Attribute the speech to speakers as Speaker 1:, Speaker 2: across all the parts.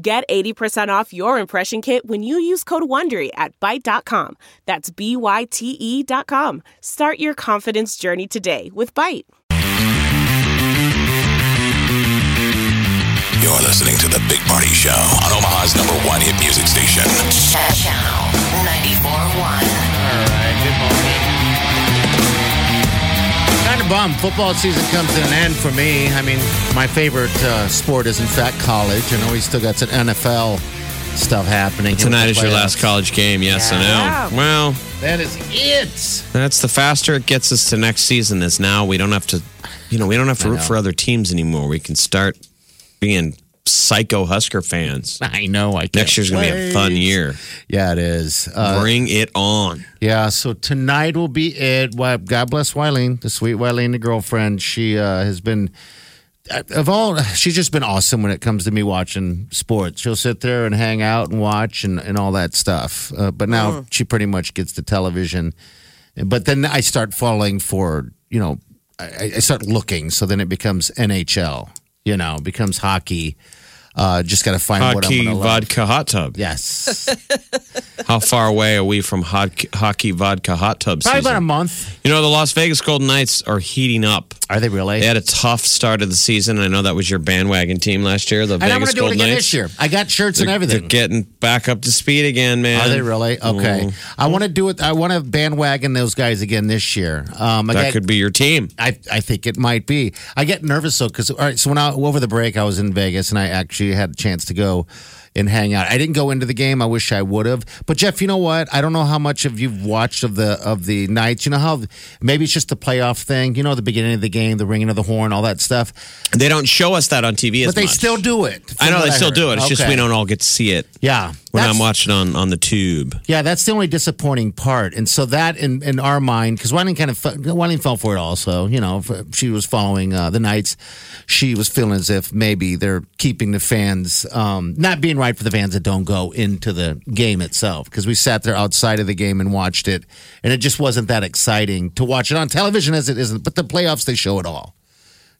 Speaker 1: Get 80% off your impression kit when you use code WONDERY at Byte.com. That's B-Y-T-E E dot com. Start your confidence journey today with Byte.
Speaker 2: You're listening to The Big Party Show on Omaha's number one hit music station.
Speaker 3: Channel 94.1.
Speaker 4: All right, good morning. Kind of bummed. Football season comes to an end for me. I mean, my favorite uh, sport is, in fact, college. I know we still got some NFL stuff happening.
Speaker 5: Tonight is your last college game. Yes, I know. Well,
Speaker 4: That is it.
Speaker 5: that's the faster it gets us to next season is now we don't have to, you know, we don't have to root
Speaker 4: know.
Speaker 5: for other teams anymore. We can start being psycho Husker fans.
Speaker 4: I know. I can't
Speaker 5: Next year's going to be a fun
Speaker 4: wait.
Speaker 5: year.
Speaker 4: Yeah, it is. Uh,
Speaker 5: Bring it on.
Speaker 4: yeah, so tonight will be it. Why- God bless Wileen, the sweet Wileen, the girlfriend. She uh, has been. Of all, she's just been awesome when it comes to me watching sports. She'll sit there and hang out and watch and, and all that stuff. Uh, but now
Speaker 5: Mm-hmm.
Speaker 4: she pretty much gets the television. But then I start falling for, you know, I, I start looking. So then it becomes NHL, you know, becomes hockey. Uh, just got to find what I'm
Speaker 5: Hockey
Speaker 4: going to love.
Speaker 5: vodka hot tub.
Speaker 4: Yes.
Speaker 5: How far away are we from hot, hockey vodka hot tub
Speaker 4: Probably
Speaker 5: season?
Speaker 4: about a month.
Speaker 5: you know, the Las Vegas Golden Knights are heating up.
Speaker 4: Are they really?
Speaker 5: They had a tough start of the season. I know that was your bandwagon team last year, the
Speaker 4: And I'm going
Speaker 5: Vegas
Speaker 4: to do it
Speaker 5: Golden
Speaker 4: again
Speaker 5: Knights.
Speaker 4: this year. I got shirts and everything.
Speaker 5: They're getting back up to speed again, man.
Speaker 4: Are they really? Okay.
Speaker 5: Mm.
Speaker 4: I want to do it. I want to bandwagon those guys again this year. Um, I
Speaker 5: That
Speaker 4: got-
Speaker 5: could be your team.
Speaker 4: I, I think it might be. I get nervous though because all right. So when I over the break, I was in Vegas and I actually had a chance to go and hang out. I didn't go into the game. I wish I would have. But Jeff, you know what? I don't know how much of you've watched of the of the nights. You know how maybe it's just the playoff thing. You know the beginning of the game, the ringing of the horn, all that stuff.
Speaker 5: They don't show us that on TV as
Speaker 4: But they
Speaker 5: much.
Speaker 4: still do it.
Speaker 5: I know
Speaker 4: from
Speaker 5: they
Speaker 4: what
Speaker 5: still do
Speaker 4: heard.
Speaker 5: it. It's just
Speaker 4: Okay.
Speaker 5: we don't all get to see it
Speaker 4: Yeah,
Speaker 5: when
Speaker 4: That's-
Speaker 5: I'm watching on on the tube.
Speaker 4: Yeah, that's the only disappointing part. And so that in, in our mind, because Wyden kind of fe- Wyden fell for it also. You know, f- she was following uh, the Knights. She was feeling as if maybe they're keeping the fans, um, not being right for the fans that don't go into the game itself. Because we sat there outside of the game and watched it, and it just wasn't that exciting to watch it on television as it isn't. But the playoffs, they show it all.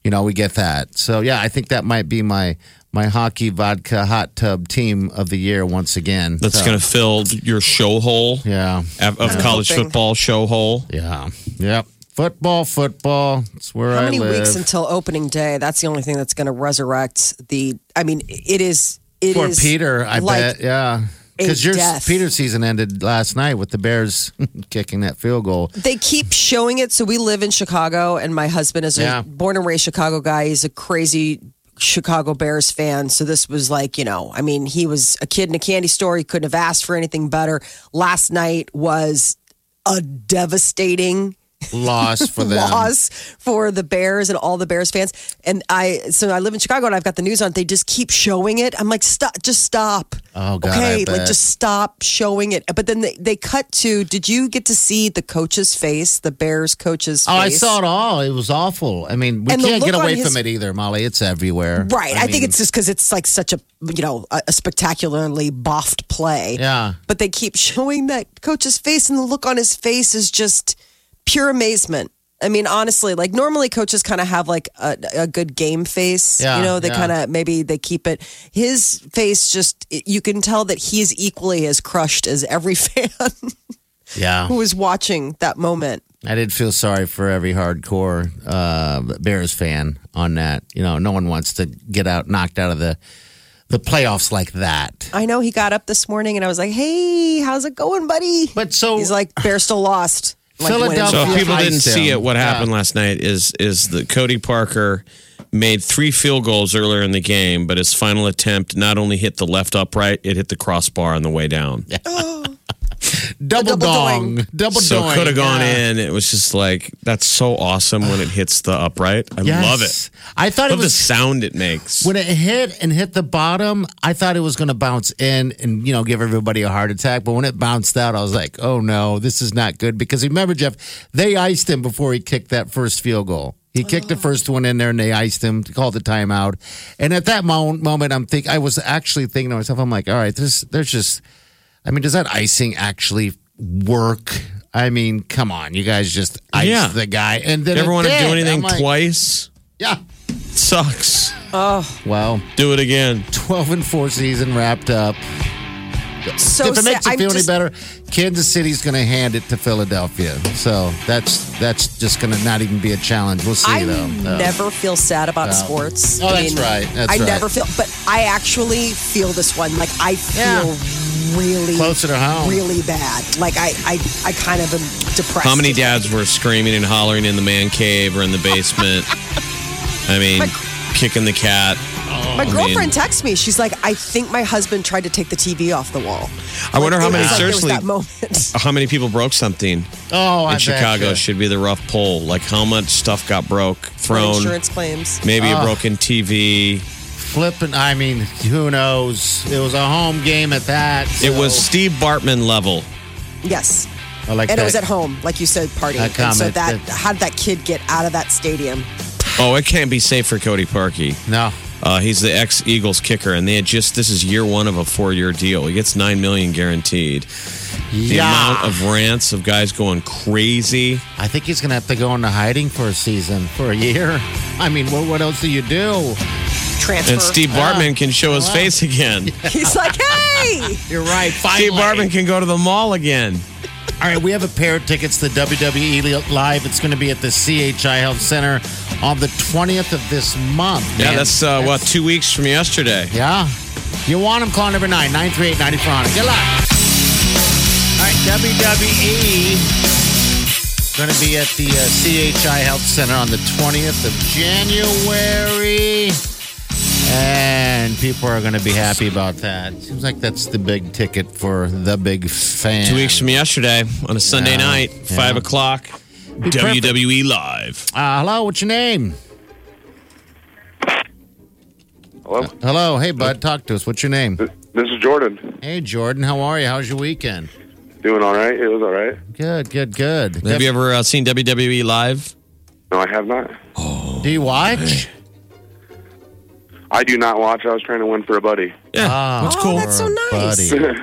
Speaker 4: You know, we get that. So yeah, I think that might be my my hockey vodka hot tub team of the year once again.
Speaker 5: That's
Speaker 4: So,
Speaker 5: going to fill your show hole
Speaker 4: yeah.
Speaker 5: of, of college football show hole.
Speaker 4: Yeah. Yep. Football, football. It's where
Speaker 6: How
Speaker 4: I
Speaker 6: many
Speaker 4: live.
Speaker 6: weeks until opening day? That's the only thing that's going to resurrect the. I mean, it is. It is
Speaker 4: For Peter, I
Speaker 6: like,
Speaker 4: bet. Yeah. Because
Speaker 6: a
Speaker 4: your
Speaker 6: death.
Speaker 4: Peter season ended last night with the Bears kicking that field goal.
Speaker 6: They keep showing it. So we live in Chicago, and my husband is
Speaker 4: Yeah.
Speaker 6: a born and raised Chicago guy. He's a crazy Chicago Bears fan. So this was like, you know, I mean, he was a kid in a candy store. He couldn't have asked for anything better. Last night was a devastating
Speaker 4: Loss for them.
Speaker 6: loss for the Bears and all the Bears fans. And I, so I live in Chicago and I've got the news on. it. They just keep showing it. I'm like, stop, just stop.
Speaker 4: Oh, God,
Speaker 6: Okay,
Speaker 4: I bet.
Speaker 6: like just stop showing it. But then they, they cut to, did you get to see the coach's face, the Bears coach's
Speaker 4: Oh, I
Speaker 6: face?
Speaker 4: saw it all. It was awful. I mean, we
Speaker 6: And the
Speaker 4: can't get
Speaker 6: look on
Speaker 4: away
Speaker 6: his-
Speaker 4: from it either, Molly. It's everywhere.
Speaker 6: Right. I, think
Speaker 4: mean,
Speaker 6: it's just because it's like such a, you know, a, a spectacularly boffed play.
Speaker 4: Yeah.
Speaker 6: But they keep showing that coach's face, and the look on his face is just pure amazement. I mean, honestly, like normally coaches kind of have like a, a good game face.
Speaker 4: Yeah,
Speaker 6: you know, they
Speaker 4: yeah.
Speaker 6: kind of maybe they keep it. His face just, you can tell that he is equally as crushed as every fan
Speaker 4: Yeah.
Speaker 6: who was watching that moment.
Speaker 4: I did feel sorry for every hardcore uh, Bears fan on that. You know, no one wants to get out knocked out of the the playoffs like that.
Speaker 6: I know he got up this morning and I was like, hey, how's it going, buddy?
Speaker 4: But so
Speaker 6: He's like, Bear still lost. Like, when it's
Speaker 5: So
Speaker 4: Philadelphia-
Speaker 5: if people
Speaker 4: Yeah,
Speaker 5: didn't
Speaker 4: ice
Speaker 5: see
Speaker 4: down.
Speaker 5: it, what happened last night is is that Cody Parker made three field goals earlier in the game, but his final attempt not only hit the left upright, it hit the crossbar on the way down.
Speaker 4: double,
Speaker 6: Double
Speaker 4: dong, double
Speaker 5: So
Speaker 4: dong.
Speaker 5: could have gone
Speaker 4: Yeah.
Speaker 5: in. It was just like that's so awesome when it hits the upright. I
Speaker 4: Yes.
Speaker 5: love it.
Speaker 4: I thought
Speaker 5: I love
Speaker 4: it
Speaker 5: the
Speaker 4: was
Speaker 5: sound it makes.
Speaker 4: when it hit and hit the bottom. I thought it was going to bounce in and you know give everybody a heart attack. But when it bounced out, I was like, oh no, this is not good. Because remember, Jeff, they iced him before he kicked that first field goal. He kicked the
Speaker 5: Oh.
Speaker 4: first one in there and they iced him, called the timeout. And at that mo- moment, I'm think I was actually thinking to myself, I'm like, all right, this there's just. I mean, does that icing actually work? I mean, come on, you guys just iced
Speaker 5: Yeah.
Speaker 4: the guy, and then
Speaker 5: Ever
Speaker 4: it
Speaker 5: want to do
Speaker 4: did. I'm
Speaker 5: anything
Speaker 4: like,
Speaker 5: twice?
Speaker 4: Yeah.
Speaker 5: Sucks.
Speaker 4: Well,
Speaker 5: Do it again.
Speaker 4: 12 and 4 season wrapped up.
Speaker 6: So
Speaker 4: if it makes
Speaker 6: sad.
Speaker 4: you
Speaker 6: I'm
Speaker 4: feel
Speaker 6: just-
Speaker 4: any better, Kansas City's going to hand it to Philadelphia. So that's that's just going to not even be a challenge. We'll see,
Speaker 6: I
Speaker 4: though. Uh,
Speaker 6: never feel sad about sports.
Speaker 4: Oh, that's right. That's
Speaker 6: I
Speaker 4: right.
Speaker 6: never feel, but I actually feel this one. Like I feel really
Speaker 4: Closer to home.
Speaker 6: really bad. Like I, I, I kind of am depressed.
Speaker 5: How many dads were screaming and hollering in the man cave or in the basement? I mean, kicking the cat. I
Speaker 6: My girlfriend
Speaker 5: mean-
Speaker 6: texts me. She's like, I think my husband tried to take the TV off the wall.
Speaker 5: I wonder how
Speaker 6: It
Speaker 5: many
Speaker 6: was like there was
Speaker 5: seriously
Speaker 6: that moment.
Speaker 5: how many people broke something
Speaker 4: oh, I
Speaker 5: in
Speaker 4: bet
Speaker 5: Chicago
Speaker 4: ya.
Speaker 5: should be the rough poll. Like how much stuff got broke, thrown,
Speaker 6: Insurance claims.
Speaker 5: maybe a broken TV.
Speaker 4: Flipping. I mean, who knows? It was a home game at that.
Speaker 5: It
Speaker 4: so-
Speaker 5: was Steve Bartman level.
Speaker 6: Yes.
Speaker 4: I like
Speaker 6: And
Speaker 4: that.
Speaker 6: it was at home, like you said, party.
Speaker 4: That
Speaker 6: And so
Speaker 4: comment
Speaker 6: that,
Speaker 4: that-
Speaker 6: how did that kid get out of that stadium?
Speaker 5: Oh, it can't be safe for Cody Parkey.
Speaker 4: No.
Speaker 5: Uh, he's the ex Eagles kicker, and they had just this is year one of a four year deal. He gets nine million guaranteed. The
Speaker 4: yeah.
Speaker 5: amount of rants of guys going crazy.
Speaker 4: I think he's going to have to go into hiding for a season, for a year. I mean, what, what else do you do?
Speaker 6: Transfer.
Speaker 5: And Steve Bartman can show his face again.
Speaker 6: He's like, hey.
Speaker 4: You're right.
Speaker 5: Steve Bartman can go to the mall again.
Speaker 4: All right, we have a pair of tickets to WWE Live. It's going to be at the CHI Health Center on the 20th of this month.
Speaker 5: Yeah,
Speaker 4: man.
Speaker 5: that's uh, what two weeks from yesterday.
Speaker 4: Yeah. You want them, call number 9 938 9400. Good luck. All right, WWE going to be at the uh, CHI Health Center on the 20th of January. And people are going to be happy about that. Seems like that's the big ticket for the big fan.
Speaker 5: Two weeks from yesterday on a Sunday
Speaker 4: Yeah.
Speaker 5: night,
Speaker 4: Yeah.
Speaker 5: five o'clock.
Speaker 4: perfect.
Speaker 5: WWE live.
Speaker 4: Uh, hello, what's your name?
Speaker 7: Hello,
Speaker 4: Uh, Hello, hey bud, talk to us. What's your name?
Speaker 7: this is Jordan.
Speaker 4: Hey Jordan, how are you? How's your weekend?
Speaker 7: Doing all right. It was all right.
Speaker 4: Good, good, good.
Speaker 5: Have you ever uh, seen WWE live?
Speaker 7: No, I have not.
Speaker 4: Do you watch?
Speaker 7: I do not watch. I was trying to win for a buddy.
Speaker 5: Yeah, that's cool.
Speaker 6: Oh, that's so nice.
Speaker 4: Ah. Buddy.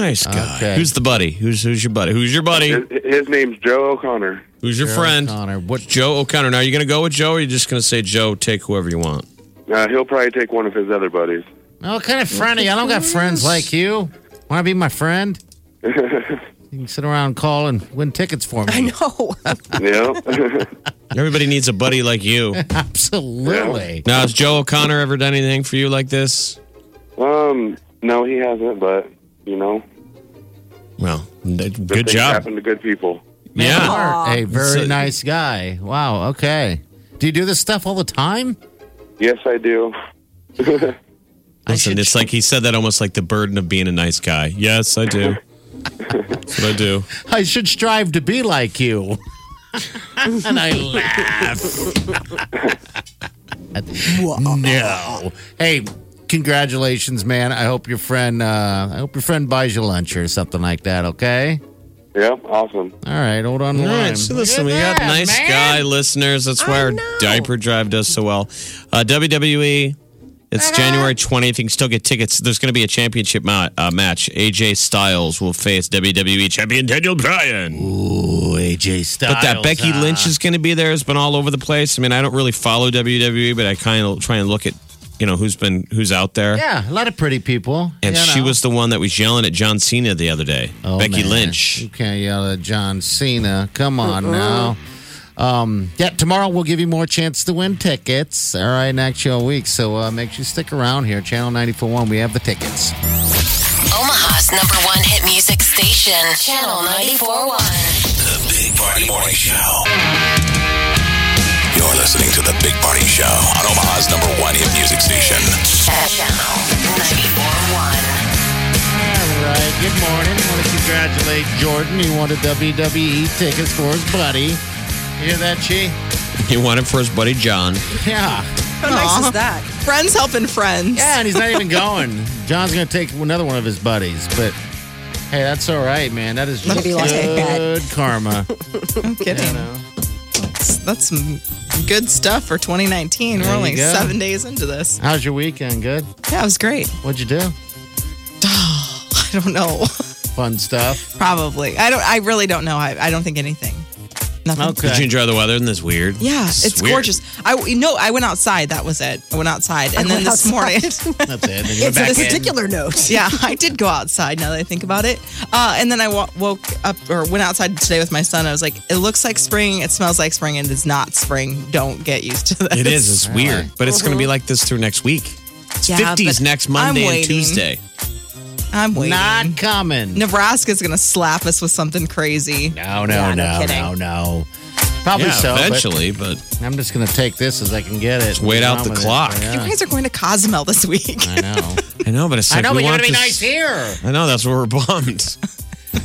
Speaker 5: nice guy.
Speaker 4: Okay.
Speaker 5: Who's the buddy? Who's who's your buddy? Who's your buddy?
Speaker 7: His, his name's Joe O'Connor.
Speaker 5: Who's your friend?
Speaker 4: Connor, what
Speaker 5: Joe O'Connor. Now, are you going to go with Joe or are you just going to say, Joe, take whoever you want?
Speaker 7: Uh, he'll probably take one of his other buddies.
Speaker 4: what kind of friend are you? I don't got friends like you. Wanna be my friend? You can sit around and call and win tickets for me.
Speaker 6: I know.
Speaker 7: Yeah.
Speaker 5: Everybody needs a buddy like you.
Speaker 4: Absolutely.
Speaker 5: Now, has Joe O'Connor ever done anything for you like this?
Speaker 7: um. No, he hasn't. But you know,
Speaker 5: Well, th-
Speaker 7: good
Speaker 5: good
Speaker 7: things
Speaker 5: job.
Speaker 7: happen to good people.
Speaker 5: Yeah.
Speaker 4: A very
Speaker 5: So-
Speaker 4: nice guy. Wow, okay. Do you do this stuff all the time?
Speaker 7: Yes, I do.
Speaker 5: Listen, it's like he said that almost like the burden of being a nice guy. Yes, I do. That's what I do.
Speaker 4: I should strive to be like you. and I laugh. no. Hey, congratulations, man. I hope your friend uh I hope your friend buys you lunch or something like that, okay?
Speaker 7: Yep. Awesome.
Speaker 4: All right, hold on. the
Speaker 5: All
Speaker 4: line.
Speaker 5: right, so listen, we
Speaker 4: Look at
Speaker 5: got
Speaker 4: that,
Speaker 5: nice
Speaker 4: man.
Speaker 5: guy listeners. That's why
Speaker 6: I
Speaker 5: our
Speaker 6: know.
Speaker 5: diaper drive does so well. Uh, WWE, it's January 20th. You can still get tickets. There's going to be a championship ma- uh, match. AJ Styles will face WWE champion Daniel Bryan.
Speaker 4: Ooh, AJ Styles.
Speaker 5: But that Becky
Speaker 4: huh?
Speaker 5: Lynch is going to be there. It's been all over the place. I mean, I don't really follow WWE, but I kind of try and look at, you know, who's been who's out there.
Speaker 4: Yeah, a lot of pretty people.
Speaker 5: And
Speaker 4: you
Speaker 5: she
Speaker 4: know.
Speaker 5: was the one that was yelling at John Cena the other day.
Speaker 4: Oh,
Speaker 5: Becky
Speaker 4: man.
Speaker 5: Lynch.
Speaker 4: You can't yell at John Cena. Come on now. Um, yeah, tomorrow we'll give you more chance to win tickets. All right, next show week. So uh, make sure you stick around here. Channel 941, we have the tickets.
Speaker 3: Omaha's number one hit music station, Channel 94.1.
Speaker 2: The Big Party Morning Show. You're listening to The Big Party Show on Omaha's number one hit music station.
Speaker 3: Channel 94.1.
Speaker 4: All right, Good morning. want to congratulate Jordan. He won a WWE tickets for his buddy. You hear that, Chi?
Speaker 5: He won it for his buddy John.
Speaker 4: Yeah.
Speaker 6: How nice is that?
Speaker 8: Friends helping friends.
Speaker 4: Yeah, and he's not even going. John's going to take another one of his buddies, but hey, that's all right, man. That is just
Speaker 6: Maybe like that.
Speaker 4: good karma.
Speaker 8: No kidding. That's, that's some good stuff for 2019.
Speaker 4: There
Speaker 8: We're
Speaker 4: you
Speaker 8: only
Speaker 4: go.
Speaker 8: seven days into this.
Speaker 4: How's your weekend? Good?
Speaker 8: Yeah, it was great.
Speaker 4: What'd you do?
Speaker 8: I don't know.
Speaker 4: Fun stuff.
Speaker 8: Probably. I don't. I really don't know. I, I don't think anything. Nothing.
Speaker 4: Okay.
Speaker 5: Did you enjoy the weather? Isn't this weird?
Speaker 8: Yeah, it's,
Speaker 5: weird.
Speaker 8: gorgeous. I you know I went outside. That was it. I went outside, and then
Speaker 6: went
Speaker 8: this morning,
Speaker 4: That's it. Then you went
Speaker 6: It's
Speaker 4: back
Speaker 6: a
Speaker 4: in.
Speaker 6: particular note.
Speaker 8: yeah, I did go outside. Now that I think about it, uh, and then I wa- woke up or went outside today with my son. I was like, it looks like spring. It smells like spring, and it's not spring. Don't get used to this.
Speaker 5: It is. It's weird, but it's going
Speaker 4: Mm-hmm.
Speaker 5: to be like this through next week. It's
Speaker 8: Yeah,
Speaker 5: 50s
Speaker 8: but
Speaker 5: next
Speaker 8: I'm
Speaker 5: Monday and
Speaker 8: waiting.
Speaker 5: Tuesday.
Speaker 8: I'm waiting.
Speaker 4: Not coming.
Speaker 8: Nebraska's gonna slap us with something crazy.
Speaker 4: No, no,
Speaker 6: Yeah, no
Speaker 4: no,
Speaker 6: kidding.
Speaker 4: no, no. Probably
Speaker 5: yeah,
Speaker 4: so. but
Speaker 5: eventually, but
Speaker 4: I'm just going to take this as I can get it.
Speaker 5: wait out
Speaker 4: Wrong
Speaker 5: the
Speaker 4: with it.
Speaker 5: clock.
Speaker 8: You
Speaker 4: Yeah,
Speaker 8: guys are going to Cozumel this week.
Speaker 4: I know.
Speaker 5: I know, but it's
Speaker 4: I
Speaker 5: like
Speaker 4: know,
Speaker 5: we
Speaker 4: but you
Speaker 5: want
Speaker 4: got to be
Speaker 5: this-
Speaker 4: nice here.
Speaker 5: I know that's where we're bummed.
Speaker 4: I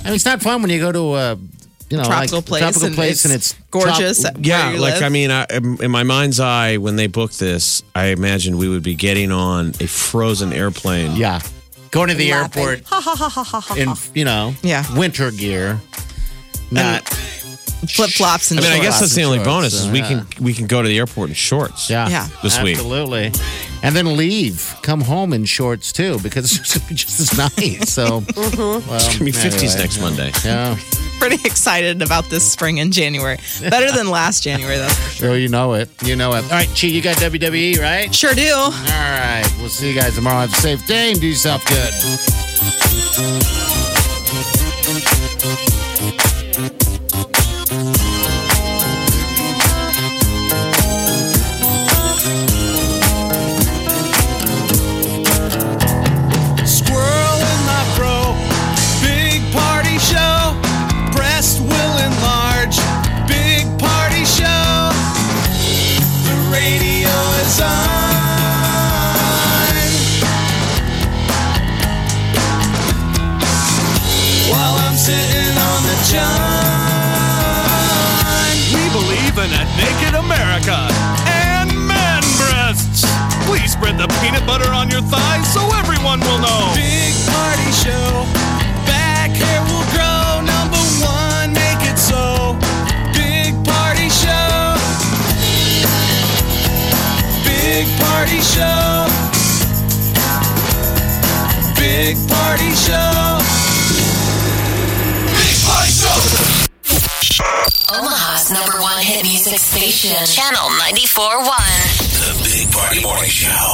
Speaker 4: mean, it's not fun when you go to a you know
Speaker 8: tropical
Speaker 4: like,
Speaker 8: place.
Speaker 4: tropical
Speaker 8: and
Speaker 4: place, and it's,
Speaker 8: gorgeous.
Speaker 4: Trop-
Speaker 5: yeah, like I mean, I, in my mind's eye, when they booked this, I imagined we would be getting on a frozen airplane.
Speaker 4: yeah, going to the
Speaker 6: Laughing.
Speaker 4: airport in you know
Speaker 8: Yeah.
Speaker 4: winter gear, not
Speaker 8: flip flops and
Speaker 5: I mean, I
Speaker 8: shorts.
Speaker 5: guess that's the only
Speaker 4: Shorts,
Speaker 5: bonus is
Speaker 4: uh,
Speaker 5: we
Speaker 4: yeah.
Speaker 5: can we can go to the airport in shorts.
Speaker 4: yeah
Speaker 8: Yeah.
Speaker 5: This week.
Speaker 4: absolutely, and then leave, come home in shorts too because it's gonna be just as nice. So well,
Speaker 5: Mm-hmm. it's gonna be fifties
Speaker 4: anyway.
Speaker 5: next Monday.
Speaker 4: Yeah,
Speaker 8: pretty excited about this spring in January. Better than last January, though.
Speaker 4: sure you know it, you know it. All right, Chi, you got WWE right?
Speaker 8: Sure do.
Speaker 4: All right, we'll see you guys tomorrow. Have a safe day and do yourself good.
Speaker 9: Squirrel in my bro. Big party show. Breast will enlarge. Big party show. The radio is on. While I'm sitting on the john. We believe in a naked America and man breasts. Please spread the peanut butter on your thighs so everyone will know. Big party show. Back hair will grow. Number one, make it so. Big party show. Big party show. Big party show.
Speaker 3: Omaha's number one hit music station, Channel 94.1.
Speaker 2: The Big Party Morning Show.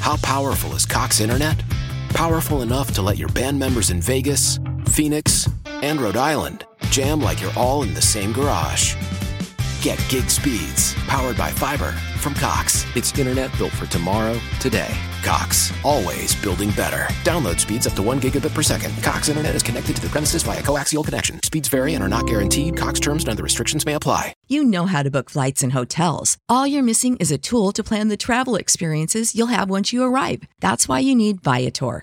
Speaker 10: How powerful is Cox Internet? Powerful enough to let your band members in Vegas, Phoenix, and Rhode Island jam like you're all in the same garage. Get gig speeds powered by fiber from Cox. It's internet built for tomorrow, today. Cox, always building better. Download speeds up to 1 gigabit per second. Cox Internet is connected to the premises via coaxial connection. Speeds vary and are not guaranteed. Cox terms and other restrictions may apply.
Speaker 11: You know how to book flights and hotels. All you're missing is a tool to plan the travel experiences you'll have once you arrive. That's why you need Viator.